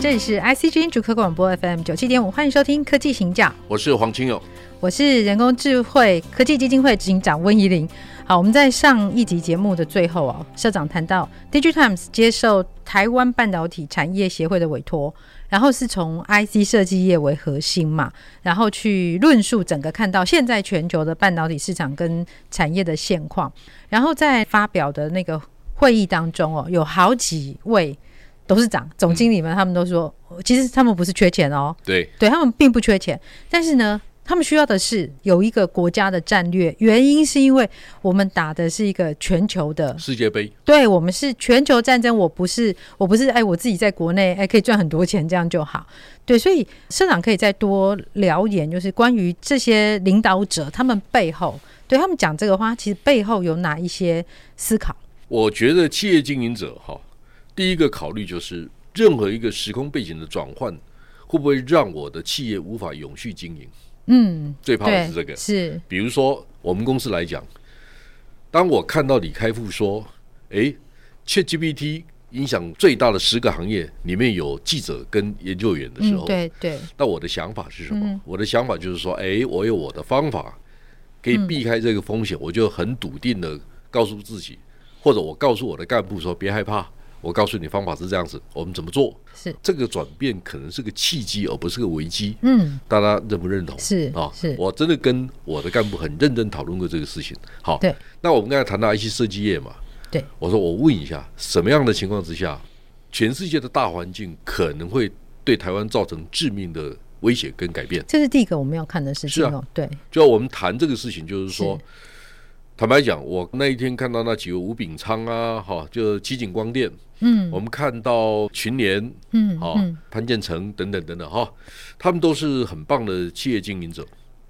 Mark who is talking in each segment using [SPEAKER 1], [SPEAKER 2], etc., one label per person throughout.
[SPEAKER 1] 这里是 IC 之音主客广播 FM 九七点五，欢迎收听科技行脚，
[SPEAKER 2] 我是黄清友。
[SPEAKER 1] 我是人工智慧科技基金会执行长温怡玲。好，我们在上一集节目的最后哦，社长谈到 DigiTimes 接受台湾半导体产业协会的委托，然后是从 IC 设计业为核心嘛，然后去论述整个看到现在全球的半导体市场跟产业的现况，然后在发表的那个会议当中哦，有好几位。董事长、总经理们，他们都说，其实他们不是缺钱哦，
[SPEAKER 2] 对，
[SPEAKER 1] 对他们并不缺钱，但是呢，他们需要的是有一个国家的战略。原因是因为我们打的是一个全球的，
[SPEAKER 2] 世界杯
[SPEAKER 1] 对我们是全球战争。我不是，我不是，哎，我自己在国内哎可以赚很多钱，这样就好。对，所以社长可以再多聊一点，就是关于这些领导者他们背后，对他们讲这个话，其实背后有哪一些思考？
[SPEAKER 2] 我觉得企业经营者哈，第一个考虑就是任何一个时空背景的转换，会不会让我的企业无法永续经营？
[SPEAKER 1] 嗯，
[SPEAKER 2] 最怕的
[SPEAKER 1] 对
[SPEAKER 2] 是，这个。
[SPEAKER 1] 是
[SPEAKER 2] 比如说我们公司来讲，当我看到李开复说，诶 c h a t g p t 影响最大的十个行业里面有记者跟研究员的时
[SPEAKER 1] 嗯，
[SPEAKER 2] 候，
[SPEAKER 1] 对对，
[SPEAKER 2] 那我的想法是什么？
[SPEAKER 1] 嗯
[SPEAKER 2] 我的想法就是说，诶，我有我的方法可以避开这个风险，我就很笃定的告诉自己，或者我告诉我的干部说，别害怕。我告诉你，方法是这样子，我们怎么做？
[SPEAKER 1] 是，
[SPEAKER 2] 这个转变可能是个契机，而不是个危机。
[SPEAKER 1] 嗯，
[SPEAKER 2] 大家认不认同？
[SPEAKER 1] 是
[SPEAKER 2] 啊，
[SPEAKER 1] 是
[SPEAKER 2] 我真的跟我的干部很认真讨论过这个事情。好，
[SPEAKER 1] 对，
[SPEAKER 2] 那我们刚才谈到 IC 设计业嘛，
[SPEAKER 1] 对，
[SPEAKER 2] 我说我问一下，什么样的情况之下，全世界的大环境可能会对台湾造成致命的威胁跟改变？
[SPEAKER 1] 这是第一个我们要看的事情
[SPEAKER 2] 是啊
[SPEAKER 1] 哦。对，
[SPEAKER 2] 就我们谈这个事情，就是说
[SPEAKER 1] 是，
[SPEAKER 2] 坦白讲，我那一天看到那几个吴炳昌啊，哈，就基景光电，
[SPEAKER 1] 嗯
[SPEAKER 2] 我们看到群联，
[SPEAKER 1] 嗯，
[SPEAKER 2] 哈、
[SPEAKER 1] 嗯，
[SPEAKER 2] 潘建成等等等等，哈，他们都是很棒的企业经营者。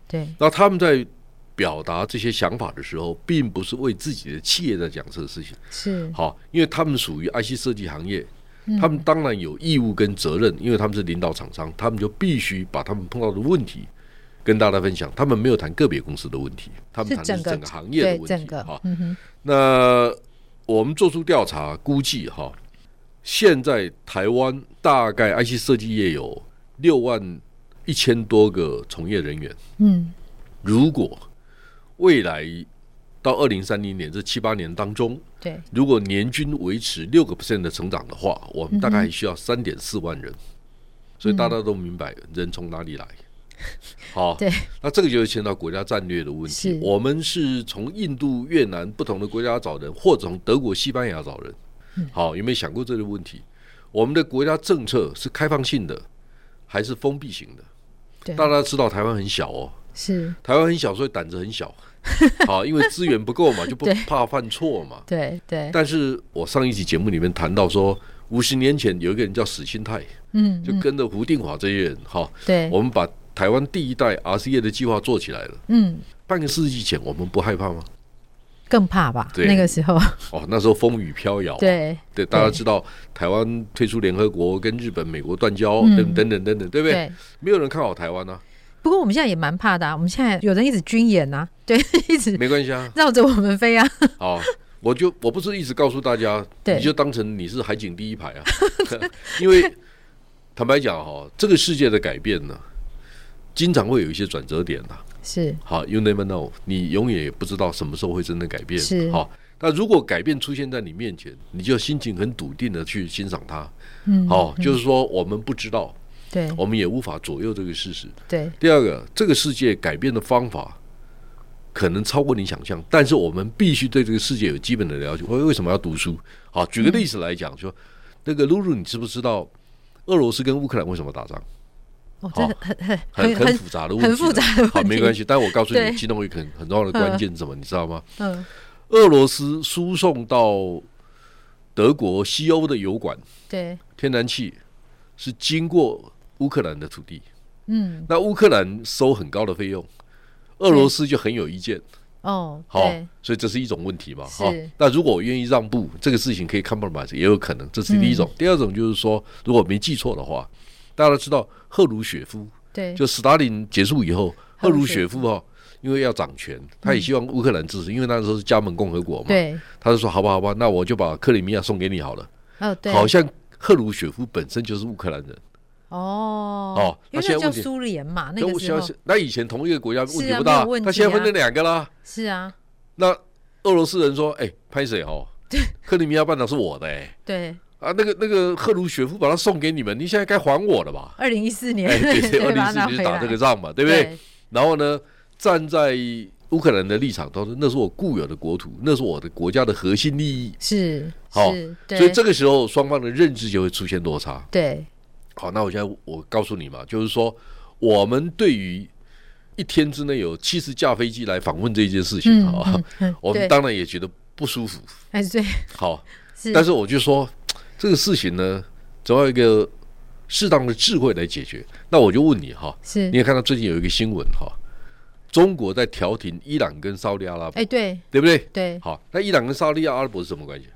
[SPEAKER 1] 对，
[SPEAKER 2] 那他们在表达这些想法的时候，并不是为自己的企业在讲这个事情，
[SPEAKER 1] 是，
[SPEAKER 2] 好，因为他们属于 IC 设计行业，
[SPEAKER 1] 嗯
[SPEAKER 2] 他们当然有义务跟责任，因为他们是领导厂商，他们就必须把他们碰到的问题跟大家分享。他们没有谈个别公司的问题，他们
[SPEAKER 1] 是
[SPEAKER 2] 谈的
[SPEAKER 1] 整
[SPEAKER 2] 是
[SPEAKER 1] 个
[SPEAKER 2] 整个行业的问
[SPEAKER 1] 对
[SPEAKER 2] 题，
[SPEAKER 1] 整个
[SPEAKER 2] 好，
[SPEAKER 1] 嗯哼，
[SPEAKER 2] 那我们做出调查，估计哈，现在台湾大概 IC 设计业有六万一千多个从业人员。
[SPEAKER 1] 嗯，
[SPEAKER 2] 如果未来到二零三零年这七八年当中，
[SPEAKER 1] 对，
[SPEAKER 2] 如果年均维持六个 percent 的成长的话，我们大概还需要三点四万人。所以大家都明白人从哪里来。好
[SPEAKER 1] 对，
[SPEAKER 2] 那这个就是牵到国家战略的问题
[SPEAKER 1] 是。
[SPEAKER 2] 我们是从印度、越南不同的国家找人，或者从德国、西班牙找人。
[SPEAKER 1] 嗯
[SPEAKER 2] 好，有没有想过这个问题？我们的国家政策是开放性的还是封闭型的？
[SPEAKER 1] 对，
[SPEAKER 2] 大家知道台湾很小哦，
[SPEAKER 1] 是，
[SPEAKER 2] 台湾很小，所以胆子很 小。好，因为资源不够嘛，就不
[SPEAKER 1] 对
[SPEAKER 2] 怕犯错嘛。
[SPEAKER 1] 对对，
[SPEAKER 2] 但是我上一期节目里面谈到说，五十年前有一个人叫史新泰，
[SPEAKER 1] 嗯，
[SPEAKER 2] 就跟着胡定华这些人，哈，
[SPEAKER 1] 对，
[SPEAKER 2] 我们把台湾第一代 RCA 的计划做起来了。
[SPEAKER 1] 嗯，
[SPEAKER 2] 半个世纪前，我们不害怕吗？
[SPEAKER 1] 更怕吧？
[SPEAKER 2] 对
[SPEAKER 1] 那个时 候，
[SPEAKER 2] 哦，那时候风雨飘摇。
[SPEAKER 1] 对
[SPEAKER 2] 对，大家知道台湾退出联合国，跟日本、美国断交，
[SPEAKER 1] 嗯
[SPEAKER 2] 等等等等等，对不对？
[SPEAKER 1] 对。
[SPEAKER 2] 没有人看好台湾啊，
[SPEAKER 1] 不过我们现在也蛮怕的啊，我们现在有人一直军演啊，对， 一直，
[SPEAKER 2] 没关系啊
[SPEAKER 1] 绕着我们飞啊，
[SPEAKER 2] 哦。我就我不是一直告诉大家，
[SPEAKER 1] 对
[SPEAKER 2] 你就当成你是海景第一排啊， 因为坦白讲哈、这个世界的改变呢，经常会有一些转折点呐、啊
[SPEAKER 1] 是
[SPEAKER 2] 好，you never know，你永远也不知道什么时候会真的改变。
[SPEAKER 1] 是
[SPEAKER 2] 好，那如果改变出现在你面前，你就心情很笃定的去欣赏它。
[SPEAKER 1] 嗯
[SPEAKER 2] 好，就是说我们不知道，
[SPEAKER 1] 对
[SPEAKER 2] 我们也无法左右这个事实。
[SPEAKER 1] 对
[SPEAKER 2] 第二个，这个世界改变的方法可能超过你想象，但是我们必须对这个世界有基本的了解。为为什么要读书？好，举
[SPEAKER 1] 嗯
[SPEAKER 2] 个例子来讲，说那个露露，你知不知道俄罗斯跟乌克兰为什么打仗？
[SPEAKER 1] 哦，真的很很
[SPEAKER 2] 很
[SPEAKER 1] 很
[SPEAKER 2] 很复杂的问题，
[SPEAKER 1] 很复杂的问题
[SPEAKER 2] 好，没关系。但我告诉
[SPEAKER 1] 对
[SPEAKER 2] 你，其中有一个很很重要的关键是什么，你知道吗？
[SPEAKER 1] 嗯
[SPEAKER 2] 俄罗斯输送到德国西欧的油管
[SPEAKER 1] 对，
[SPEAKER 2] 天然气是经过乌克兰的土地，
[SPEAKER 1] 嗯，
[SPEAKER 2] 那乌克兰收很高的费用，俄罗斯就很有意见，
[SPEAKER 1] 哦，
[SPEAKER 2] 好、
[SPEAKER 1] 对，
[SPEAKER 2] 所以这是一种问题嘛，
[SPEAKER 1] 是
[SPEAKER 2] 哈、那如果我愿意让步，这个事情可以 compromise，也有可能，这是第一种。
[SPEAKER 1] 嗯
[SPEAKER 2] 第二种就是说，如果我没记错的话，大家都知道赫鲁雪夫，
[SPEAKER 1] 对，
[SPEAKER 2] 就斯大林结束以后，
[SPEAKER 1] 赫
[SPEAKER 2] 赫
[SPEAKER 1] 鲁
[SPEAKER 2] 鲁
[SPEAKER 1] 雪
[SPEAKER 2] 雪
[SPEAKER 1] 夫
[SPEAKER 2] 夫哈、因为要掌权，他也希望乌克兰支持，因为那时候是加盟共和国嘛，
[SPEAKER 1] 嗯对，
[SPEAKER 2] 他就说好吧，好吧，那我就把克里米亚送给你好了。
[SPEAKER 1] 哦，对，
[SPEAKER 2] 好像赫鲁雪夫本身就是乌克兰人，
[SPEAKER 1] 哦
[SPEAKER 2] 哦，
[SPEAKER 1] 因
[SPEAKER 2] 那
[SPEAKER 1] 为
[SPEAKER 2] 现
[SPEAKER 1] 那
[SPEAKER 2] 在
[SPEAKER 1] 叫
[SPEAKER 2] 问题
[SPEAKER 1] 苏联嘛，那
[SPEAKER 2] 跟
[SPEAKER 1] 个
[SPEAKER 2] 我
[SPEAKER 1] 时
[SPEAKER 2] 相
[SPEAKER 1] 候
[SPEAKER 2] 信那以前同一个国家问
[SPEAKER 1] 是
[SPEAKER 2] 题
[SPEAKER 1] 啊
[SPEAKER 2] 不
[SPEAKER 1] 没
[SPEAKER 2] 大
[SPEAKER 1] 有问，
[SPEAKER 2] 那现
[SPEAKER 1] 题
[SPEAKER 2] 在分成
[SPEAKER 1] 啊
[SPEAKER 2] 两个啦。
[SPEAKER 1] 是啊，
[SPEAKER 2] 那俄罗斯人说，哎，拍谁哦？克里米亚半岛是我的哎。
[SPEAKER 1] 对，
[SPEAKER 2] 啊，那个那个赫鲁雪夫把它送给你们，你现在该还我 了吧？
[SPEAKER 1] 二零一四年，
[SPEAKER 2] 哎，对 对，二零
[SPEAKER 1] 把它
[SPEAKER 2] 一四
[SPEAKER 1] 拿
[SPEAKER 2] 年
[SPEAKER 1] 回
[SPEAKER 2] 就打
[SPEAKER 1] 来，
[SPEAKER 2] 这个仗嘛，对不 对？
[SPEAKER 1] 对
[SPEAKER 2] 然后呢，站在乌克兰的立场，他说那是我固有的国土，那是我的国家的核心利益，
[SPEAKER 1] 是，
[SPEAKER 2] 好
[SPEAKER 1] 是，对，
[SPEAKER 2] 所以这个时候双方的认知就会出现落差。
[SPEAKER 1] 对
[SPEAKER 2] 好，那我现在我告诉你嘛，就是说我们对于一天之内有七十架飞机来访问这件事情
[SPEAKER 1] 嗯
[SPEAKER 2] 啊、
[SPEAKER 1] 嗯嗯
[SPEAKER 2] 我
[SPEAKER 1] 对
[SPEAKER 2] 们当然也觉得不舒服。
[SPEAKER 1] 哎 对
[SPEAKER 2] 好，
[SPEAKER 1] 是，
[SPEAKER 2] 但是我就说这个事情呢，总要有一个适当的智慧来解决。那我就问你哈，
[SPEAKER 1] 是
[SPEAKER 2] 你也看到最近有一个新闻哈，中国在调停伊朗跟沙利阿拉伯，
[SPEAKER 1] 哎对
[SPEAKER 2] 对不对？
[SPEAKER 1] 对
[SPEAKER 2] 好，那伊朗跟沙利阿拉伯是什么关系？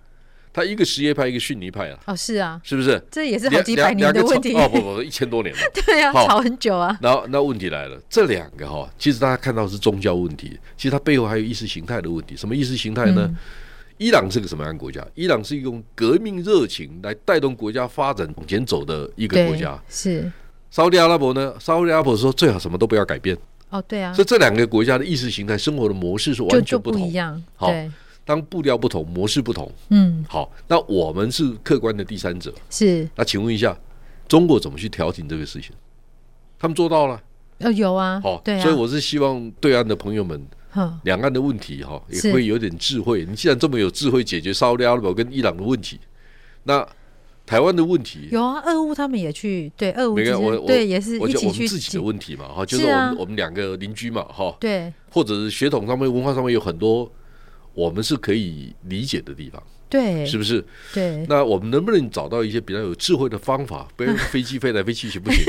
[SPEAKER 2] 他一个什叶派，一个逊尼派啊，
[SPEAKER 1] 哦是啊，
[SPEAKER 2] 是不是？
[SPEAKER 1] 这也是好
[SPEAKER 2] 两
[SPEAKER 1] 几百年
[SPEAKER 2] 两
[SPEAKER 1] 的
[SPEAKER 2] 两个
[SPEAKER 1] 问题
[SPEAKER 2] 朝，哦不不，不一千多年了。
[SPEAKER 1] 对啊，
[SPEAKER 2] 好
[SPEAKER 1] 吵很久啊，
[SPEAKER 2] 然后那问题来了，这两个哈、其实大家看到是宗教问题，其实它背后还有意识形态的问题。什么意识形态呢？
[SPEAKER 1] 嗯
[SPEAKER 2] 伊朗是个什么样的国家？伊朗是用革命热情来带动国家发展往前走的一个
[SPEAKER 1] 对
[SPEAKER 2] 国家。
[SPEAKER 1] 是
[SPEAKER 2] 沙特阿拉伯呢？沙特阿拉伯说最好什么都不要改变，
[SPEAKER 1] 哦对啊
[SPEAKER 2] 所，以这两个国家的意识形态、生活的模式是
[SPEAKER 1] 就
[SPEAKER 2] 完
[SPEAKER 1] 就
[SPEAKER 2] 全不
[SPEAKER 1] 不
[SPEAKER 2] 同
[SPEAKER 1] 一。样，
[SPEAKER 2] 好
[SPEAKER 1] 对，
[SPEAKER 2] 当步调不同，模式不同。
[SPEAKER 1] 嗯
[SPEAKER 2] 好，那我们是客观的第三者。
[SPEAKER 1] 是
[SPEAKER 2] 那请问一下，中国怎么去调停这个事情？他们做到了。
[SPEAKER 1] 哦有啊
[SPEAKER 2] 好，，
[SPEAKER 1] 对啊，
[SPEAKER 2] 所以我是希望对岸的朋友们
[SPEAKER 1] 哼
[SPEAKER 2] 两岸的问题哈、也
[SPEAKER 1] 是
[SPEAKER 2] 会有点智慧。你既然这么有智慧解决沙特阿拉伯跟伊朗的问题，那台湾的问题，
[SPEAKER 1] 有啊，俄乌他们也去对俄乌
[SPEAKER 2] 每
[SPEAKER 1] 之
[SPEAKER 2] 个
[SPEAKER 1] 间
[SPEAKER 2] 我我
[SPEAKER 1] 对也是
[SPEAKER 2] 我
[SPEAKER 1] 一
[SPEAKER 2] 就
[SPEAKER 1] 起
[SPEAKER 2] 我
[SPEAKER 1] 去
[SPEAKER 2] 们自己的问题嘛哈，就是
[SPEAKER 1] 是
[SPEAKER 2] 我
[SPEAKER 1] 啊
[SPEAKER 2] 们我们两个邻居嘛哈，
[SPEAKER 1] 对
[SPEAKER 2] 或者是血统上面、文化上面有很多我们是可以理解的地方，
[SPEAKER 1] 对
[SPEAKER 2] 是不是？
[SPEAKER 1] 对
[SPEAKER 2] 那我们能不能找到一些比较有智慧的 方法？不要用飞机飞来飞去行不行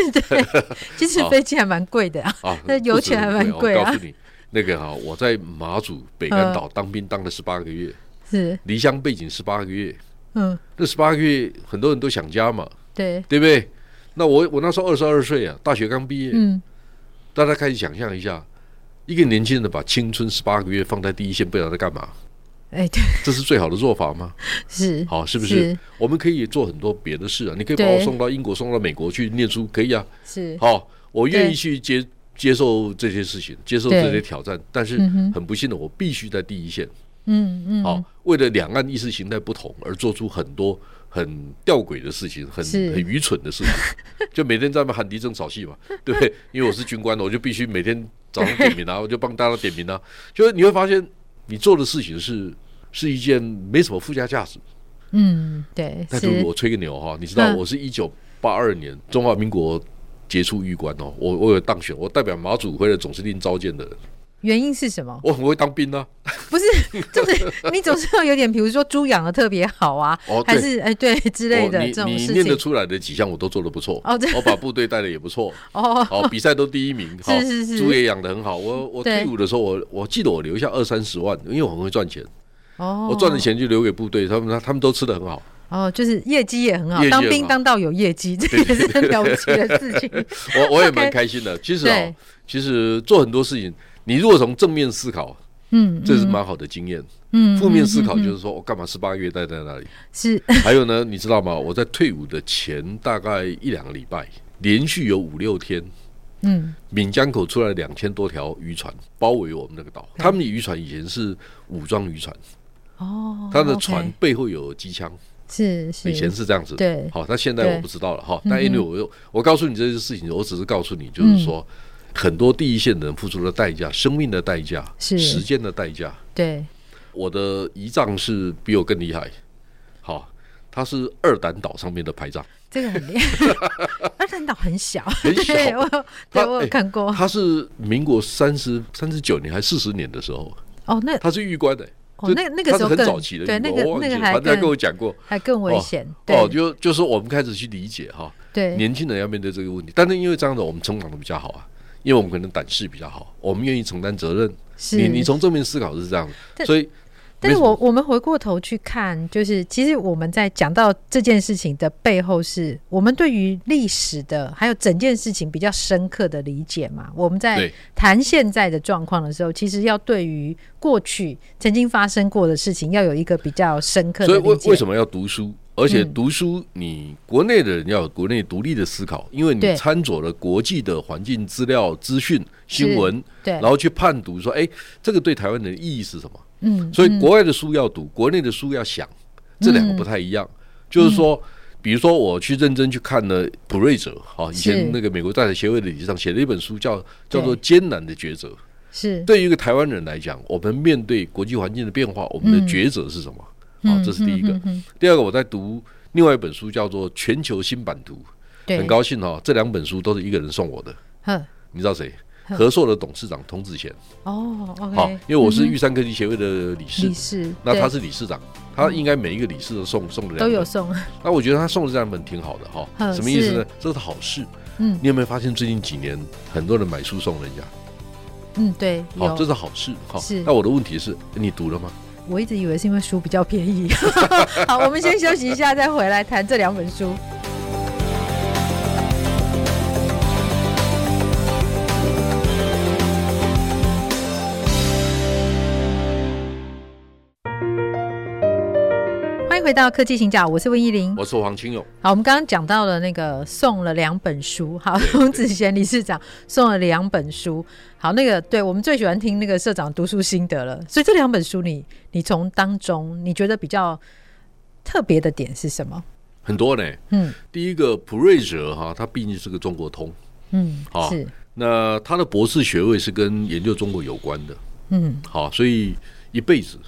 [SPEAKER 1] 其实
[SPEAKER 2] 好
[SPEAKER 1] 飞机还蛮贵的啊，
[SPEAKER 2] 啊？
[SPEAKER 1] 那油
[SPEAKER 2] 不止
[SPEAKER 1] 钱还蛮
[SPEAKER 2] 我
[SPEAKER 1] 贵啊嗯
[SPEAKER 2] 告诉你，那个哈、我在马祖北干岛当兵当了十八个月，
[SPEAKER 1] 是
[SPEAKER 2] 离乡背景十八个月。
[SPEAKER 1] 嗯
[SPEAKER 2] 那十八个月，很多人都想家嘛，
[SPEAKER 1] 对
[SPEAKER 2] 对不对？那我我那时候二十二岁啊，大学刚毕业，
[SPEAKER 1] 嗯
[SPEAKER 2] 大家开始想象一下，一个年轻人把青春十八个月放在第一线，不知道在干嘛，
[SPEAKER 1] 哎对
[SPEAKER 2] 这是最好的做法吗？
[SPEAKER 1] 是
[SPEAKER 2] 好，是不是？
[SPEAKER 1] 是
[SPEAKER 2] 我们可以做很多别的事啊，你可以把
[SPEAKER 1] 对
[SPEAKER 2] 我送到英国、送到美国去念书，可以啊。
[SPEAKER 1] 是
[SPEAKER 2] 好，我愿
[SPEAKER 1] 对
[SPEAKER 2] 意去接接受这些事情，接受
[SPEAKER 1] 对
[SPEAKER 2] 这些挑战，但是
[SPEAKER 1] 嗯哼
[SPEAKER 2] 很不幸的，我必须在第一线。
[SPEAKER 1] 嗯嗯
[SPEAKER 2] 好、为了两岸意识形态不同而做出很多很吊诡的事情，很
[SPEAKER 1] 是
[SPEAKER 2] 很愚蠢的事 情，就每天在那边喊敌政扫戏嘛，对不对？因为我是军官，我就必须每天早上点名 啊，我就帮大家点名啊。就是你会发现，你做的事情是是一件没什么附加价值。
[SPEAKER 1] 嗯对
[SPEAKER 2] 但如
[SPEAKER 1] 是
[SPEAKER 2] 果我吹个牛哈，你知道
[SPEAKER 1] 嗯
[SPEAKER 2] 我是一九八二年中华民国杰出狱官哦，我我有当选，我代表马祖回来总司令召见的人，
[SPEAKER 1] 原因是什么？
[SPEAKER 2] 我很会当兵啊。
[SPEAKER 1] 不是， 就是你总是要有点，比如说猪养的特别好啊，
[SPEAKER 2] 哦
[SPEAKER 1] 还
[SPEAKER 2] 对
[SPEAKER 1] 是哎对之类
[SPEAKER 2] 我
[SPEAKER 1] 的
[SPEAKER 2] 哦你
[SPEAKER 1] 这种
[SPEAKER 2] 你
[SPEAKER 1] 事
[SPEAKER 2] 念得
[SPEAKER 1] 情。
[SPEAKER 2] 出来的几项我都做得不错，
[SPEAKER 1] 哦这
[SPEAKER 2] 我把部队带的也 不错，
[SPEAKER 1] 哦，
[SPEAKER 2] 好，比赛都第一名，好，
[SPEAKER 1] 是是
[SPEAKER 2] 猪也养得很好。我我
[SPEAKER 1] 对
[SPEAKER 2] 退伍的时候，我我记得我留下二三十万，因为我很会赚钱，
[SPEAKER 1] 哦，
[SPEAKER 2] 我赚的钱就留给部队，他们他们都吃得很好。
[SPEAKER 1] 哦，就是业绩也很好
[SPEAKER 2] 业，绩
[SPEAKER 1] 当
[SPEAKER 2] 也
[SPEAKER 1] 兵
[SPEAKER 2] 好
[SPEAKER 1] 当到有业绩，这也是很了不起的事 情。
[SPEAKER 2] 我我也蛮
[SPEAKER 1] OK
[SPEAKER 2] 开心的。其实
[SPEAKER 1] 对
[SPEAKER 2] 哦，其实做很多事情，你如果从正面思考，
[SPEAKER 1] 嗯，
[SPEAKER 2] 这是蛮好的经验。
[SPEAKER 1] 嗯，
[SPEAKER 2] 负面思
[SPEAKER 1] 嗯
[SPEAKER 2] 考就是说哦我干嘛十八个月待在那里？
[SPEAKER 1] 是
[SPEAKER 2] 还有呢，你知道吗？我在退伍的前大概一两个礼拜，连续有五六天，
[SPEAKER 1] 嗯
[SPEAKER 2] 闽江口出来两千多条渔船包围我们那个
[SPEAKER 1] 嗯
[SPEAKER 2] 岛。他们的渔船以前是武装渔船，
[SPEAKER 1] 哦，
[SPEAKER 2] 它的
[SPEAKER 1] OK，
[SPEAKER 2] 船背后有机枪，
[SPEAKER 1] 是是
[SPEAKER 2] 以前是这样子。
[SPEAKER 1] 对
[SPEAKER 2] 好，那现在
[SPEAKER 1] 对嗯
[SPEAKER 2] 我不知道了哈。但因为我又我告诉你这些事情，我只是告诉你，就是说很多第一线的人付出的代价、生命的代价、
[SPEAKER 1] 是
[SPEAKER 2] 时间的代价。
[SPEAKER 1] 对
[SPEAKER 2] 我的姨丈是比我更厉害，好，他是二胆岛上面的排长，
[SPEAKER 1] 这个很厉害。 二三岛很小，
[SPEAKER 2] 很小
[SPEAKER 1] 对我有对
[SPEAKER 2] 它
[SPEAKER 1] 我有
[SPEAKER 2] 哎
[SPEAKER 1] 看过
[SPEAKER 2] 他是民国三十三十九年还四十年的时候，
[SPEAKER 1] 哦，那
[SPEAKER 2] 他是狱官的、
[SPEAKER 1] 哦，
[SPEAKER 2] 这
[SPEAKER 1] 那那个时候
[SPEAKER 2] 它是
[SPEAKER 1] 更
[SPEAKER 2] 很早期的
[SPEAKER 1] 对
[SPEAKER 2] 运
[SPEAKER 1] 那
[SPEAKER 2] 动
[SPEAKER 1] 个
[SPEAKER 2] 我忘
[SPEAKER 1] 那
[SPEAKER 2] 记
[SPEAKER 1] 个
[SPEAKER 2] 了
[SPEAKER 1] 还
[SPEAKER 2] 反正他跟我
[SPEAKER 1] 更
[SPEAKER 2] 讲过，
[SPEAKER 1] 还更危险，对
[SPEAKER 2] 哦，就就是我们开始去理解哈，
[SPEAKER 1] 对
[SPEAKER 2] 年轻人要面对这个问题，但是因为这样子，我们成长的比较好啊，因为我们可能胆识比较好，我们愿意承担责任。
[SPEAKER 1] 是
[SPEAKER 2] 你你从正面思考是这样
[SPEAKER 1] 但
[SPEAKER 2] 的，所以
[SPEAKER 1] 但
[SPEAKER 2] 没
[SPEAKER 1] 是
[SPEAKER 2] 什么
[SPEAKER 1] 我我们回过头去看，就是其实我们在讲到这件事情的背后是，我们对于历史的还有整件事情比较深刻的理解嘛。我们在
[SPEAKER 2] 对
[SPEAKER 1] 谈现在的状况的时候，其实要对于过去曾经发生过的事情要有一个比较深刻的
[SPEAKER 2] 所以
[SPEAKER 1] 理
[SPEAKER 2] 为
[SPEAKER 1] 解。
[SPEAKER 2] 为什么要读书？而且
[SPEAKER 1] 嗯
[SPEAKER 2] 读书，你国内的人要有国内独立的思考，因为你
[SPEAKER 1] 对
[SPEAKER 2] 参佐了国际的环境资料、资讯、新闻，
[SPEAKER 1] 对，
[SPEAKER 2] 然后去判读说，哎，这个对台湾人的意义是什么？
[SPEAKER 1] 嗯，
[SPEAKER 2] 所以国外的书要读，国内的书要想，这两个不太一
[SPEAKER 1] 嗯
[SPEAKER 2] 样。就是说，比如说我去认真去看了普瑞泽，哈，以
[SPEAKER 1] 是
[SPEAKER 2] 前那个美国在台协会的理事长写了一本书叫叫
[SPEAKER 1] 对
[SPEAKER 2] 做《艰难的抉择》。
[SPEAKER 1] 是
[SPEAKER 2] 对于一个台湾人来讲，我们面对国际环境的变化，我们的
[SPEAKER 1] 嗯
[SPEAKER 2] 抉择是什么？
[SPEAKER 1] 嗯
[SPEAKER 2] 啊，这是第一个。
[SPEAKER 1] 嗯嗯嗯
[SPEAKER 2] 第二个，我在读另外一本书，叫做《全球新版图》，
[SPEAKER 1] 对，
[SPEAKER 2] 很高兴哈、哦，这两本书都是一个人送我的，
[SPEAKER 1] 呵
[SPEAKER 2] 你知道谁？
[SPEAKER 1] 呵
[SPEAKER 2] 和硕的董事长童志贤，
[SPEAKER 1] 哦，OK，
[SPEAKER 2] 好，因为我是
[SPEAKER 1] 嗯
[SPEAKER 2] 玉山科技协会的理
[SPEAKER 1] 哼
[SPEAKER 2] 事
[SPEAKER 1] 理，事，
[SPEAKER 2] 那
[SPEAKER 1] 对
[SPEAKER 2] 他是理事长，他应该每一个理事都送送了两
[SPEAKER 1] 都有
[SPEAKER 2] 本，
[SPEAKER 1] 送，
[SPEAKER 2] 那我觉得他送的这两本挺好的哈、
[SPEAKER 1] 呵
[SPEAKER 2] 什么意思呢？这是好事。
[SPEAKER 1] 嗯
[SPEAKER 2] 你有没有发现最近几年很多人买书送人家？
[SPEAKER 1] 嗯，对，
[SPEAKER 2] 好，
[SPEAKER 1] 有
[SPEAKER 2] 这。是好事。好
[SPEAKER 1] 是，
[SPEAKER 2] 那我的问题是，你读了吗？
[SPEAKER 1] 我一直以为是因为书比较便宜。好，我们先休息一下，再回来谈这两本书。欢迎回到科技行脚，我是温依玲。
[SPEAKER 2] 我是黄清勇，
[SPEAKER 1] 好，我们刚刚讲到了那个送了两本书，好，童子贤理事长送了两本书。好，那个对我们最喜欢听那个社长读书心得了，所以这两本书你你从当中你觉得比较特别的点是什么？
[SPEAKER 2] 很多呢。
[SPEAKER 1] 嗯
[SPEAKER 2] 第一个普瑞泽哈，他毕竟是个中国通，
[SPEAKER 1] 嗯，
[SPEAKER 2] 好
[SPEAKER 1] 是
[SPEAKER 2] 那他的博士学位是跟研究中国有关的，
[SPEAKER 1] 嗯
[SPEAKER 2] 好，所以一辈子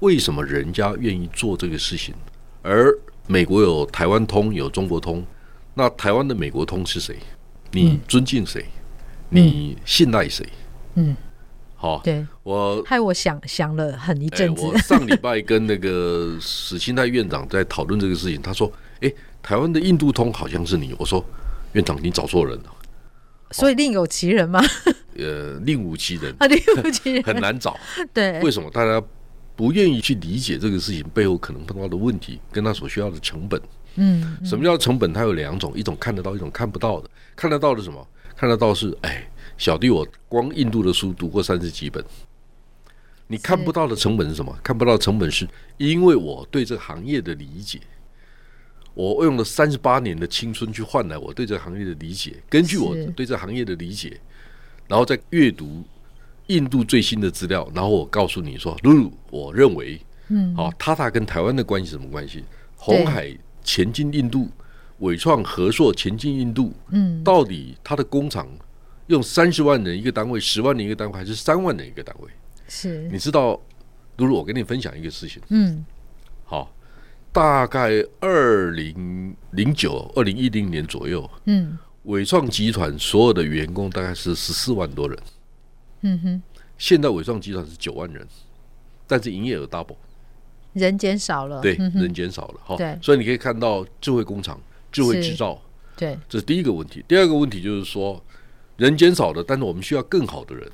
[SPEAKER 2] 为什么人家愿意做这个事情？而美国有台湾通，有中国通，那台湾的美国通是谁？你尊敬谁？你信赖谁？
[SPEAKER 1] 嗯，
[SPEAKER 2] 好，
[SPEAKER 1] 对，
[SPEAKER 2] 我
[SPEAKER 1] 害我想想了很一
[SPEAKER 2] 哎
[SPEAKER 1] 阵子
[SPEAKER 2] 我上礼拜跟那个史清泰院长在讨论这个事情，他说：“哎、台湾的印度通好像是你。”我说：“院长，你找错人了，
[SPEAKER 1] 所以另有其人嘛，
[SPEAKER 2] 呃，另无其人，
[SPEAKER 1] 啊，另有其人，
[SPEAKER 2] 很难找。
[SPEAKER 1] 对
[SPEAKER 2] 为，什么大家不愿意去理解这个事情背后可能碰到的问题，跟他所需要的成本？
[SPEAKER 1] 嗯，
[SPEAKER 2] 什么叫成本？它有两种，一种看得到，一种看不到的。看得到的是什么？看得到是，哎，小弟我光印度的书读过三十几本。你看不到的成本是什么？看不到的成本是因为我对这个行业的理解，我用了三十八年的青春去换来我对这个行业的理解，根据我
[SPEAKER 1] 是
[SPEAKER 2] 对这行业的理解，然后再阅读印度最新的资料，然后我告诉你说，露露，我认为，
[SPEAKER 1] 嗯，
[SPEAKER 2] 好、塔塔跟台湾的关系是什么关系？
[SPEAKER 1] 对
[SPEAKER 2] 红海前进印度，伟创和硕前进印度，
[SPEAKER 1] 嗯，
[SPEAKER 2] 到底它的工厂用三十万人一个单位、十万人一个单位，还是三万人一个单位？
[SPEAKER 1] 是，
[SPEAKER 2] 你知道，露露，我跟你分享一个事情，
[SPEAKER 1] 嗯
[SPEAKER 2] 好、大概二零零九、二零一零年左右，
[SPEAKER 1] 嗯
[SPEAKER 2] 伟创集团所有的员工大概是十四万多人，
[SPEAKER 1] 嗯哼，
[SPEAKER 2] 现在伟创集团是九万人，但是营业额 double。
[SPEAKER 1] 人减少了，
[SPEAKER 2] 对
[SPEAKER 1] 嗯，
[SPEAKER 2] 人减少了哈。
[SPEAKER 1] 对
[SPEAKER 2] 所以你可以看到智慧工厂、智慧
[SPEAKER 1] 是
[SPEAKER 2] 制造，
[SPEAKER 1] 对，
[SPEAKER 2] 这是第一个问题。第二个问题就是说，人减少了，但是我们需要更好的人，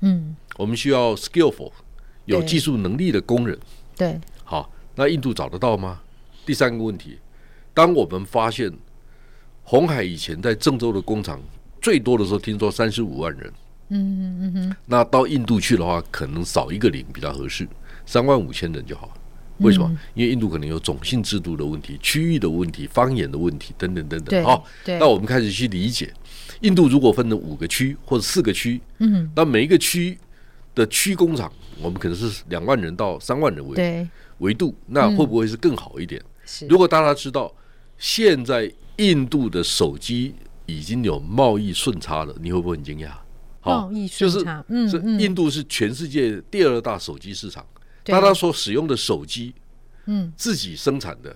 [SPEAKER 1] 嗯
[SPEAKER 2] 我们需要 skillful 有
[SPEAKER 1] 对
[SPEAKER 2] 技术能力的工人。
[SPEAKER 1] 对，
[SPEAKER 2] 好，那印度找得到吗？第三个问题，当我们发现红海以前在郑州的工厂最多的时候，听说三十五万人，
[SPEAKER 1] 嗯嗯嗯哼，
[SPEAKER 2] 那到印度去的话，可能少一个零比较合适，三万五千人就好。为什么？
[SPEAKER 1] 嗯
[SPEAKER 2] 因为印度可能有种姓制度的问题、区域的问题、方言的问题等等等
[SPEAKER 1] 对
[SPEAKER 2] 等。好，
[SPEAKER 1] 对
[SPEAKER 2] 哦那我们开始去理解，印度如果分了五个区或者四个区，
[SPEAKER 1] 嗯，
[SPEAKER 2] 那每一个区的区工厂，我们可能是两万人到三万人为
[SPEAKER 1] 对，
[SPEAKER 2] 维度，那
[SPEAKER 1] 嗯
[SPEAKER 2] 会不会是更好一点？
[SPEAKER 1] 是
[SPEAKER 2] 如果大家知道，现在印度的手机已经有贸易顺差了，你会不会很惊讶？好
[SPEAKER 1] 贸易
[SPEAKER 2] 就
[SPEAKER 1] 顺
[SPEAKER 2] 是
[SPEAKER 1] 差嗯
[SPEAKER 2] 是
[SPEAKER 1] 嗯
[SPEAKER 2] 印度是全世界第二大手机市场，
[SPEAKER 1] 对
[SPEAKER 2] 大家所使用的手机
[SPEAKER 1] 嗯，
[SPEAKER 2] 自己生产的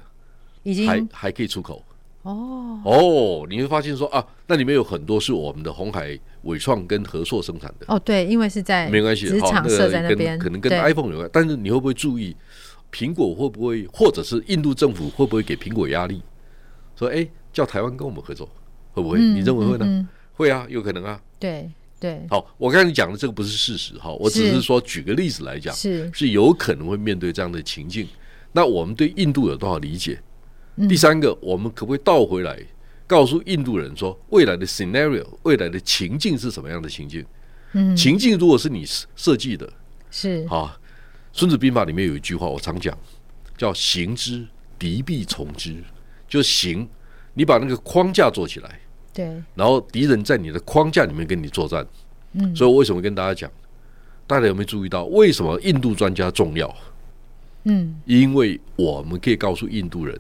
[SPEAKER 1] 已
[SPEAKER 2] 还
[SPEAKER 1] 经
[SPEAKER 2] 还可以出口
[SPEAKER 1] 哦，
[SPEAKER 2] 哦，你会发现说啊，那里面有很多是我们的红海伟创跟和硕生产的，
[SPEAKER 1] 哦，对，因为是在
[SPEAKER 2] 没关系，
[SPEAKER 1] 职
[SPEAKER 2] 好，
[SPEAKER 1] 场设在
[SPEAKER 2] 个
[SPEAKER 1] 边，
[SPEAKER 2] 跟可能跟
[SPEAKER 1] 对
[SPEAKER 2] iPhone 有关，但是你会不会注意，苹果会不会，或者是印度政府会不会给苹果压力，说哎，叫台湾跟我们合作，会不会？
[SPEAKER 1] 嗯
[SPEAKER 2] 你认为会呢？
[SPEAKER 1] 嗯嗯
[SPEAKER 2] 会啊，有可能啊。
[SPEAKER 1] 对对，
[SPEAKER 2] 好，我刚才讲的这个不是事实，哈，我只
[SPEAKER 1] 是
[SPEAKER 2] 是说举个例子来讲，
[SPEAKER 1] 是
[SPEAKER 2] 是有可能会面对这样的情境。那我们对印度有多少理解？
[SPEAKER 1] 嗯
[SPEAKER 2] 第三个，我们可不可以倒回来，告诉印度人说，未来的 scenario，未来的情境是什么样的情境？
[SPEAKER 1] 嗯
[SPEAKER 2] 情境如果是你设设计的，
[SPEAKER 1] 是
[SPEAKER 2] 啊，《孙子兵法》里面有一句话，我常讲，叫“行之，敌必从之”，就行，你把那个框架做起来，
[SPEAKER 1] 对
[SPEAKER 2] 然后敌人在你的框架里面跟你作战。
[SPEAKER 1] 嗯
[SPEAKER 2] 所以我为什么跟大家讲？大家有没有注意到，为什么印度专家重要？
[SPEAKER 1] 嗯
[SPEAKER 2] 因为我们可以告诉印度人，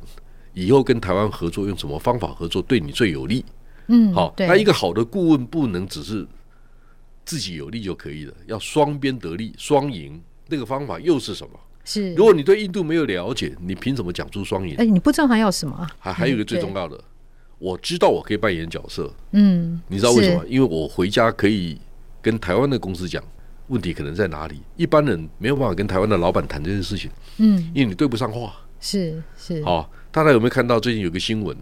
[SPEAKER 2] 以后跟台湾合作用什么方法合作对你最有利。
[SPEAKER 1] 嗯
[SPEAKER 2] 好，
[SPEAKER 1] 对
[SPEAKER 2] 那一个好的顾问不能只是自己有利就可以了，要双边得利，双赢。那个方法又是什么？
[SPEAKER 1] 是
[SPEAKER 2] 如果你对印度没有了解，你凭什么讲出双赢
[SPEAKER 1] 哎、？你不知道还有什么啊？
[SPEAKER 2] 还还有一个最重要的，我知道我可以扮演角色，
[SPEAKER 1] 嗯，
[SPEAKER 2] 你知道为什
[SPEAKER 1] 是
[SPEAKER 2] 么？？因为我回家可以跟台湾的公司讲问题可能在哪里，一般人没有办法跟台湾的老板谈这件事情，
[SPEAKER 1] 嗯，
[SPEAKER 2] 因为你对不上话。
[SPEAKER 1] 是是，
[SPEAKER 2] 好、大家有没有看到最近有个新闻？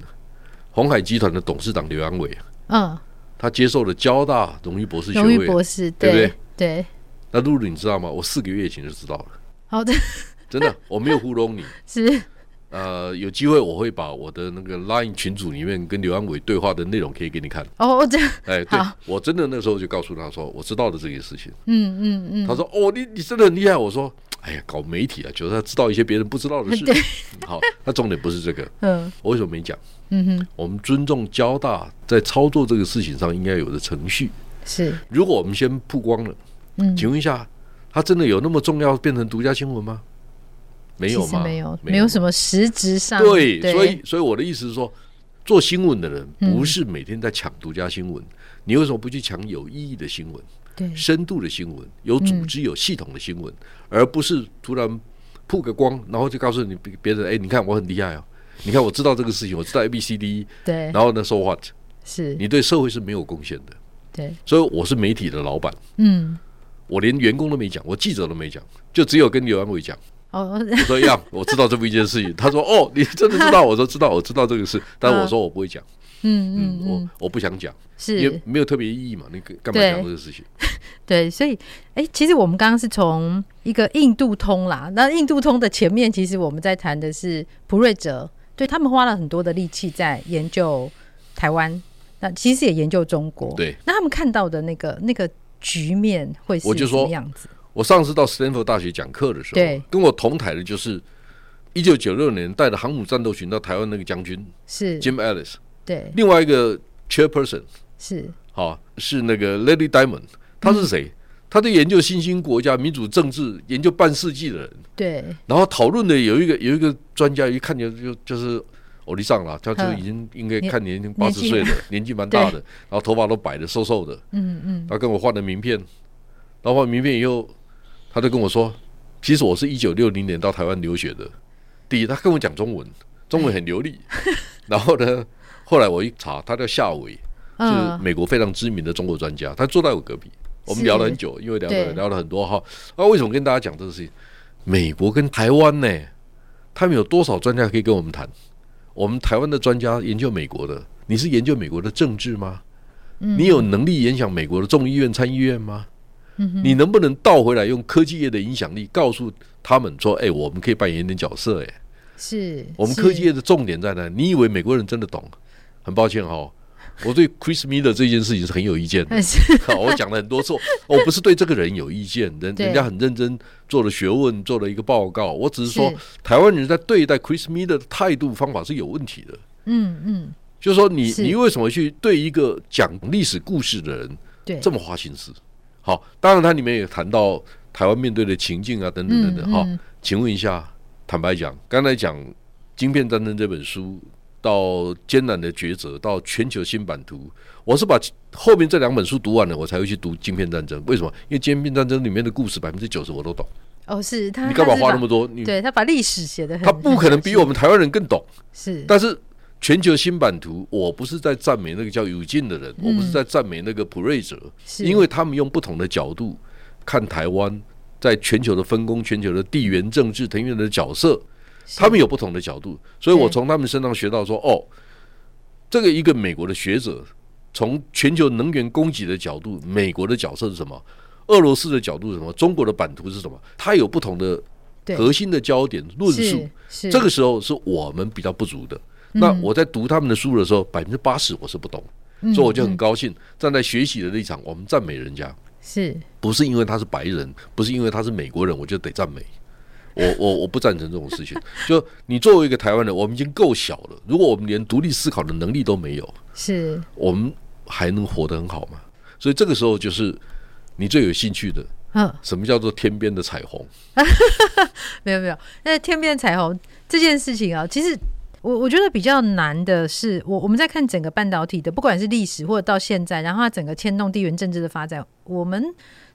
[SPEAKER 2] 红海集团的董事长刘阳伟，
[SPEAKER 1] 嗯，
[SPEAKER 2] 他接受了交大荣誉博士学
[SPEAKER 1] 荣誉
[SPEAKER 2] 位。
[SPEAKER 1] 博士，
[SPEAKER 2] 对不
[SPEAKER 1] 对
[SPEAKER 2] 对
[SPEAKER 1] 对，
[SPEAKER 2] 那露露，你知道吗？我四个月前就知道了，
[SPEAKER 1] 好的，
[SPEAKER 2] 真 的，我没有糊弄你。
[SPEAKER 1] 是
[SPEAKER 2] 呃，有机会我会把我的那个 Line 群组里面跟刘安伟对话的内容可以给你看。
[SPEAKER 1] 哦，这，
[SPEAKER 2] 哎，对
[SPEAKER 1] 好
[SPEAKER 2] 我真的那时候就告诉他说，我知道了这件事情。
[SPEAKER 1] 嗯嗯嗯，
[SPEAKER 2] 他说：“哦，你你真的很厉害。”我说：“哎呀，搞媒体啊，觉得他知道一些别人不知道 的事。嗯好，那重点不是这个，
[SPEAKER 1] 嗯
[SPEAKER 2] 我为什么没讲？
[SPEAKER 1] 嗯哼，
[SPEAKER 2] 我们尊重交大在操作这个事情上应该有的程序。
[SPEAKER 1] 是，
[SPEAKER 2] 如果我们先曝光了，
[SPEAKER 1] 嗯，
[SPEAKER 2] 请问一下，他真的有那么重要变成独家新闻吗？没有
[SPEAKER 1] 其实
[SPEAKER 2] 吗？
[SPEAKER 1] 没有，没有什么实质上
[SPEAKER 2] 对，
[SPEAKER 1] 对嗯
[SPEAKER 2] 所以所以我的意思是说，做新闻的人不是每天在抢独家新闻，你为什么不去抢有意义的新闻、
[SPEAKER 1] 对
[SPEAKER 2] 深度的新闻、有组织、有系统的新
[SPEAKER 1] 嗯
[SPEAKER 2] 闻，而不是突然曝个光，然后就告诉你别别人，哎，你看我很厉害哦，你看我知道这个事情，我知道 A B C D，E，
[SPEAKER 1] 对
[SPEAKER 2] 然后呢，so what？
[SPEAKER 1] 是，
[SPEAKER 2] 你对社会是没有贡献的。
[SPEAKER 1] 对，
[SPEAKER 2] 所以我是媒体的老板，
[SPEAKER 1] 嗯，
[SPEAKER 2] 我连员工都没讲，我记者都没讲，就只有跟刘安伟讲。
[SPEAKER 1] 哦，
[SPEAKER 2] 我说哎呀，我知道这么一件事情。他说哦，你真的知 道？我说知道，我知道这个事，但我说我不会讲，
[SPEAKER 1] 嗯
[SPEAKER 2] 嗯，
[SPEAKER 1] 嗯
[SPEAKER 2] 我
[SPEAKER 1] 嗯，
[SPEAKER 2] 我不想讲，因
[SPEAKER 1] 是
[SPEAKER 2] 为没有特别意义嘛，你干嘛
[SPEAKER 1] 对
[SPEAKER 2] 讲这个事情？
[SPEAKER 1] 对，所以，哎、其实我们刚刚是从一个印度通啦，那印度通的前面，其实我们在谈的是普瑞哲，对他们花了很多的力气在研究台湾，那其实也研究中国，
[SPEAKER 2] 对，
[SPEAKER 1] 那他们看到的那个那个局面会是
[SPEAKER 2] 我就
[SPEAKER 1] 什么
[SPEAKER 2] 说
[SPEAKER 1] 样子？
[SPEAKER 2] 我上次到斯坦福大学讲课的时
[SPEAKER 1] 对
[SPEAKER 2] 候，跟我同台的就是一九九六年带着航母战斗群到台湾那个将军
[SPEAKER 1] 是，
[SPEAKER 2] Jim Ellis，
[SPEAKER 1] 对，
[SPEAKER 2] 另外一个 chairperson
[SPEAKER 1] 是，
[SPEAKER 2] 啊是那个 Lady Diamond，他是谁？
[SPEAKER 1] 嗯
[SPEAKER 2] 他在研究新兴国家民主政治研究半世纪的人。
[SPEAKER 1] 对，
[SPEAKER 2] 然后讨论的有一个有一个专家一看就就就是欧丽上了，他就
[SPEAKER 1] 嗯
[SPEAKER 2] 已经应该
[SPEAKER 1] 年
[SPEAKER 2] 看年龄八
[SPEAKER 1] 年
[SPEAKER 2] 十
[SPEAKER 1] 纪
[SPEAKER 2] 岁的， 年纪蛮大的，然后头发都白的瘦瘦的，
[SPEAKER 1] 嗯嗯，
[SPEAKER 2] 他跟我换了名片，然后换名片以后，他就跟我说，其实我是一九六零年到台湾留学的，第一他跟我讲中文，中文很 流利，然后呢，后来我一查，他叫夏伟，就是
[SPEAKER 1] 嗯，
[SPEAKER 2] 美国非常知名的中国专家，他坐在我隔壁，我们聊了很久，因为聊
[SPEAKER 1] 对
[SPEAKER 2] 了聊了很多哈。那、为什么跟大家讲这个事情？美国跟台湾呢，他们有多少专家可以跟我们谈？我们台湾的专家研究美国的，你是研究美国的政治吗？
[SPEAKER 1] 嗯
[SPEAKER 2] 你有能力影响美国的众议院、参议院吗？
[SPEAKER 1] 嗯
[SPEAKER 2] 你能不能倒回来用科技业的影响力告诉他们说：“哎、我们可以扮演一点角色、哎，
[SPEAKER 1] 是，
[SPEAKER 2] 我们
[SPEAKER 1] 是
[SPEAKER 2] 科技业的重点在哪？你以为美国人真的懂？很抱歉哦，我对 Chris Miller 这件事情是很有意见的。
[SPEAKER 1] 但哎是
[SPEAKER 2] 我讲了很多次，我不是对这个人有意见，人
[SPEAKER 1] 对
[SPEAKER 2] 人家很认真做了学问，做了一个报告。我只是说
[SPEAKER 1] 是，
[SPEAKER 2] 台湾人在对待 Chris Miller 的态度方法是有问题的。
[SPEAKER 1] 嗯嗯，
[SPEAKER 2] 就是说你，
[SPEAKER 1] 是
[SPEAKER 2] 你为什么去对一个讲历史故事的人
[SPEAKER 1] 对，
[SPEAKER 2] 这么花心思？好，当然它里面也谈到台湾面对的情境啊，等等等等。
[SPEAKER 1] 嗯
[SPEAKER 2] 哈、
[SPEAKER 1] 嗯
[SPEAKER 2] 请问一下，坦白讲，刚才讲《晶片战争》这本书到艰难的抉择，到全球新版图，我是把后面这两本书读完了，我才会去读《晶片战争》。为什么？因为《晶片战争》里面的故事百分之九十我都懂，
[SPEAKER 1] 哦，是他，
[SPEAKER 2] 你干嘛
[SPEAKER 1] 他是
[SPEAKER 2] 花
[SPEAKER 1] 把
[SPEAKER 2] 那么多？你
[SPEAKER 1] 对他把历史写的很，
[SPEAKER 2] 他不可能比我们台湾人更懂，
[SPEAKER 1] 是，
[SPEAKER 2] 但是全球新版图，我不是在赞美那个叫有进的人，我不是在赞美那个普瑞泽，
[SPEAKER 1] 是
[SPEAKER 2] 因为他们用不同的角度看台湾在全球的分工、全球的地缘政治、藤原的角色，他们有不同的角度，所以我
[SPEAKER 1] 对
[SPEAKER 2] 从他们身上学到说，哦，这个一个美国的学者从全球能源供给的角度，美国的角色是什么？俄罗斯的角度是什么？中国的版图是什么？它有不同的
[SPEAKER 1] 对
[SPEAKER 2] 核心的焦点论述
[SPEAKER 1] 是，嗯是
[SPEAKER 2] 这个时候是我们比较不足的。那我在读他们的书的时候，百分之八十我是不懂，
[SPEAKER 1] 嗯
[SPEAKER 2] 所以我就很高兴，站在学习的立场，我们赞美人家，
[SPEAKER 1] 是
[SPEAKER 2] 不是因为他是白人，不是因为他是美国人，我就得赞美。我我我不赞成这种事情。 就你作为一个台湾人，我们已经够小了，如果我们连独立思考的能力都没有，
[SPEAKER 1] 是
[SPEAKER 2] 我们还能活得很好吗？所以这个时候就是你最有兴趣的，
[SPEAKER 1] 嗯，
[SPEAKER 2] 什么叫做天边的彩虹？
[SPEAKER 1] 没有没有，那天边彩虹这件事情啊，其实我我觉得比较难的是，我我们在看整个半导体的，不管是历史或者到现在，然后它整个牵动地缘政治的发展，我们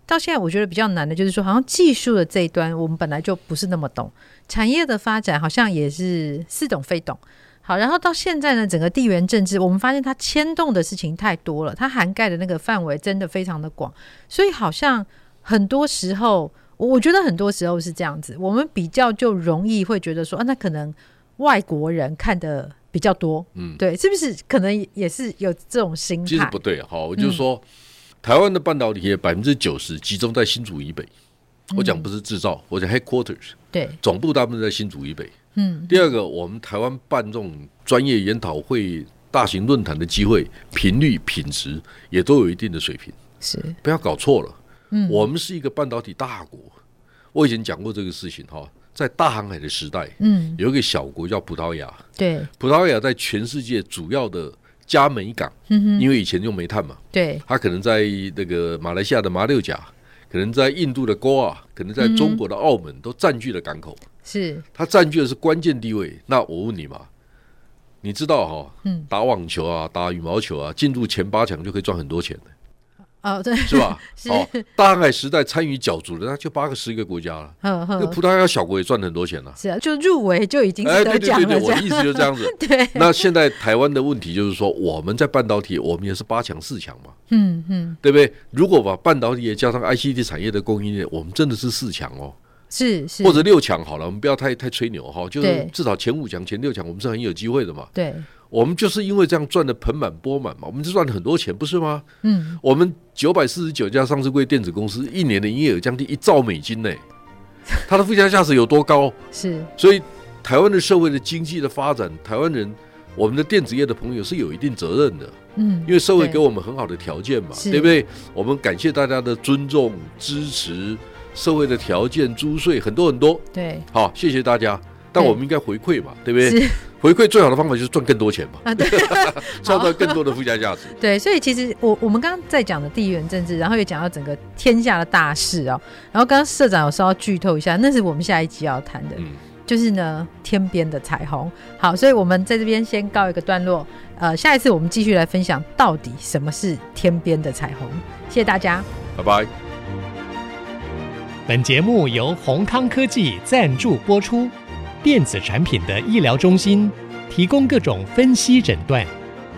[SPEAKER 1] 到现在我觉得比较难的就是说，好像技术的这一端，我们本来就不是那么懂，产业的发展好像也是似懂非懂。好，然后到现在呢，整个地缘政治，我们发现它牵动的事情太多了，它涵盖的那个范围真的非常的广，所以好像很多时候，我我觉得很多时候是这样子，我们比较就容易会觉得说，啊，那可能外国人看的比较多，嗯，对，是不是？可能也是有这种心
[SPEAKER 2] 其实
[SPEAKER 1] 态
[SPEAKER 2] 不对，好，我就说、台湾的半导体业百分之九十集中在新竹以北。我讲不是制造，我讲 headquarters
[SPEAKER 1] 对，
[SPEAKER 2] 总部大部分在新竹以北。
[SPEAKER 1] 嗯，
[SPEAKER 2] 第二个，我们台湾办这种专业研讨会、大型论坛的机会频率、品质也都有一定的水平，
[SPEAKER 1] 是
[SPEAKER 2] 不要搞错了。嗯，我们是一个半导体大国。我以前讲过这个事情哈，在大航海的时代，
[SPEAKER 1] 嗯，
[SPEAKER 2] 有一个小国叫葡萄牙，
[SPEAKER 1] 对
[SPEAKER 2] 葡萄牙在全世界主要的加煤港，
[SPEAKER 1] 嗯
[SPEAKER 2] 因为以前用煤炭嘛，
[SPEAKER 1] 对
[SPEAKER 2] 它可能在那个马来西亚的马六甲，可能在印度的瓜啊，可能在
[SPEAKER 1] 嗯
[SPEAKER 2] 中国的澳门，都占据了港口。
[SPEAKER 1] 是，
[SPEAKER 2] 它占据的是关键地位。那我问你嘛，你知道哈、
[SPEAKER 1] 嗯
[SPEAKER 2] 打网球啊，打羽毛球啊，进入前八强就可以赚很多 钱的，
[SPEAKER 1] 哦，对，？
[SPEAKER 2] 是吧
[SPEAKER 1] 是
[SPEAKER 2] 哦，大航海时代参与角逐的，那就八个十个国家了。
[SPEAKER 1] 呵
[SPEAKER 2] 那
[SPEAKER 1] 呵，
[SPEAKER 2] 葡萄牙小国也赚很多钱了。
[SPEAKER 1] 嗯是啊，就入围就已经
[SPEAKER 2] 哎，
[SPEAKER 1] 是
[SPEAKER 2] 对
[SPEAKER 1] 得
[SPEAKER 2] 对
[SPEAKER 1] 奖
[SPEAKER 2] 对
[SPEAKER 1] 了，
[SPEAKER 2] 对，
[SPEAKER 1] 这
[SPEAKER 2] 我的
[SPEAKER 1] 样
[SPEAKER 2] 意思就是这样 子。
[SPEAKER 1] 对，
[SPEAKER 2] 那现在台湾的问题就是说，我们在半导体，我们也是八强、四强嘛，
[SPEAKER 1] 嗯嗯，
[SPEAKER 2] 对不对？如果把半导体也加上 ICT 产业的供应链，我们真的是四强哦，
[SPEAKER 1] 是是，
[SPEAKER 2] 或者六强好了，我们不要太太吹牛哈、就是
[SPEAKER 1] 对
[SPEAKER 2] 至少前五强、前六强，我们是很有机会的嘛。
[SPEAKER 1] 对，
[SPEAKER 2] 我们就是因为这样赚的盆满钵满嘛，我们就赚了很多钱，不是吗？
[SPEAKER 1] 嗯，
[SPEAKER 2] 我们九百四十九家上市柜电子公司一年的营业额将近一兆美金呢、它的附加价值有多高？
[SPEAKER 1] 是
[SPEAKER 2] 所以台湾的社会的经济的发展，台湾人我们的电子业的朋友是有一定责任的，
[SPEAKER 1] 嗯
[SPEAKER 2] 因，为社会
[SPEAKER 1] 对
[SPEAKER 2] 给我们很好的条件嘛，
[SPEAKER 1] 是
[SPEAKER 2] 对不对？我们感谢大家的尊重、支持，社会的条件、租税很多很多，
[SPEAKER 1] 对
[SPEAKER 2] 好，谢谢大家。但
[SPEAKER 1] 对
[SPEAKER 2] 我们应该回馈嘛，对不对？
[SPEAKER 1] 是
[SPEAKER 2] 回馈最好的方法就是赚更多钱嘛，
[SPEAKER 1] 啊，对
[SPEAKER 2] 创造更多的附加价值。
[SPEAKER 1] 对，所以其实我我们刚刚在讲的地缘政治，然后也讲到整个天下的大事哦，然后刚刚社长有稍微剧透一下，那是我们下一集要谈的，
[SPEAKER 2] 嗯，
[SPEAKER 1] 就是呢，天边的彩虹。好，所以我们在这边先告一个段落。呃，下一次我们继续来分享到底什么是天边的彩虹。谢谢大家。
[SPEAKER 2] 拜拜。
[SPEAKER 3] 本节目由宏康科技赞助播出。电子产品的医疗中心提供各种分析诊断，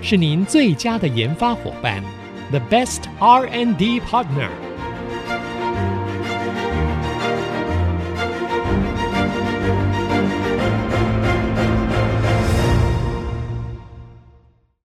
[SPEAKER 3] 是您最佳的研发伙伴，the best R&D partner。